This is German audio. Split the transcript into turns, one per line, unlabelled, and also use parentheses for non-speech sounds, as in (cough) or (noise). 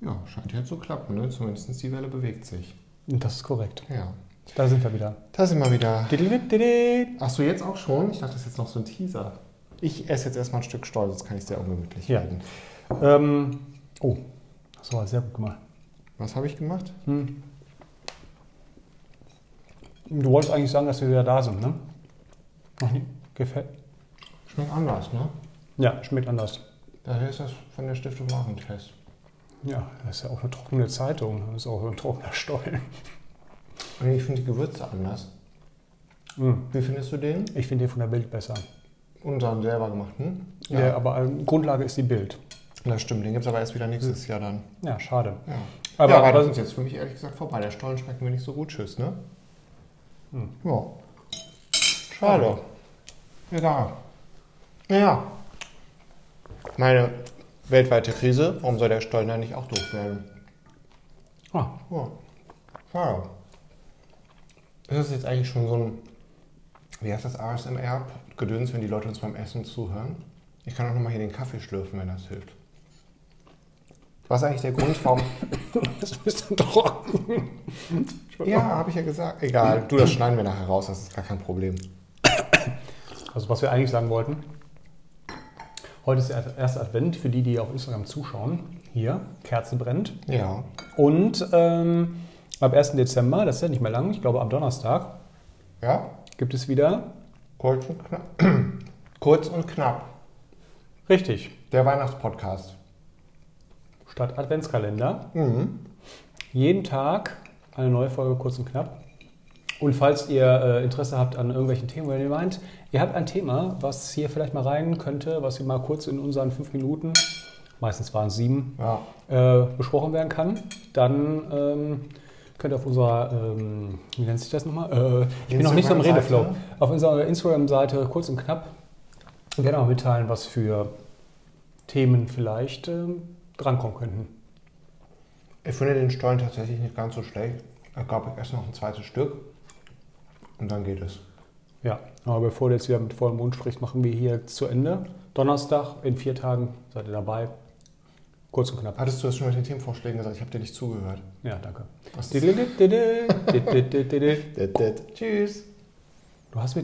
Ja, scheint ja zu klappen, ne? Zumindest die Welle bewegt sich.
Das ist korrekt.
Ja.
Da sind wir wieder.
Da sind wir wieder.
Dididididid.
Ach so, jetzt auch schon? Ich dachte, das ist jetzt noch so ein Teaser. Ich esse jetzt erstmal ein Stück Stolz, sonst kann ich sehr ungemütlich
Ja.
werden.
Ähm, oh, das war sehr gut gemacht.
Was habe ich gemacht?
Hm. Du wolltest eigentlich sagen, dass wir wieder da sind, ne? Noch nie. Gefällt.
Schmeckt anders, ne?
Ja, schmeckt anders.
Daher ist das von der Stiftung Warentest.
Ja, das ist ja auch eine trockene Zeitung. Das ist auch ein trockener Stollen.
Und ich finde die Gewürze anders.
Hm.
Wie findest du den?
Ich finde den von der Bild besser.
Unseren selber gemachten?
Ja. aber ähm, Grundlage ist die Bild.
Das stimmt, den gibt es aber erst wieder nächstes Jahr dann.
Ja, schade.
Ja.
Aber-
Aber, ja, aber das
aber-
ist jetzt für mich ehrlich gesagt vorbei. Der Stollen schmeckt mir nicht so gut. Tschüss, ne?
Hm.
Ja. Schade. Egal. Ja. Meine weltweite Krise, warum soll der Stollen da nicht auch doof werden?
Ah,
Ja. Schade. Ist das jetzt eigentlich schon so ein, wie heißt das, ASMR-Gedöns, wenn die Leute uns beim Essen zuhören? Ich kann auch nochmal hier den Kaffee schlürfen, wenn das hilft. Was ist eigentlich der Grund, warum
das ist ein bisschen (laughs) trocken.
Ja, habe ich ja gesagt. Egal, du, das schneiden wir nachher raus, das ist gar kein Problem.
Also was wir eigentlich sagen wollten, heute ist der erste Advent für die, die auf Instagram zuschauen. Hier, Kerze brennt.
Ja.
Und ähm, ab 1. Dezember, das ist ja nicht mehr lang, ich glaube am Donnerstag,
Ja?
gibt es wieder,
Kurz und knapp. (clears throat) Kurz und knapp.
richtig,
Der Weihnachtspodcast.
statt Adventskalender,
Mhm.
jeden Tag eine neue Folge kurz und knapp. Und falls ihr äh, Interesse habt an irgendwelchen Themen, wenn ihr meint, ihr habt ein Thema, was hier vielleicht mal rein könnte, was wir mal kurz in unseren fünf Minuten, meistens waren es sieben,
Ja.
äh, besprochen werden kann, dann ähm, könnt ihr auf unserer, ähm, wie nennt sich das nochmal? Äh, ich bin noch nicht so im
Instagram-Seite.
Redeflow. Auf unserer Instagram-Seite kurz und knapp gerne auch mitteilen, was für Themen vielleicht ähm, drankommen könnten.
Ich finde den Stollen tatsächlich nicht ganz so schlecht. Ich glaube, ich esse noch ein zweites Stück. Und dann geht es.
Ja, aber bevor du jetzt wieder mit vollem Mund sprichst, machen wir hier zu Ende. Donnerstag in vier Tagen seid ihr dabei. Kurz und knapp.
Hattest du das schon mit den Themenvorschlägen gesagt? Ich habe dir nicht zugehört.
Ja, danke.
Was
Du hast mit
Tschüss.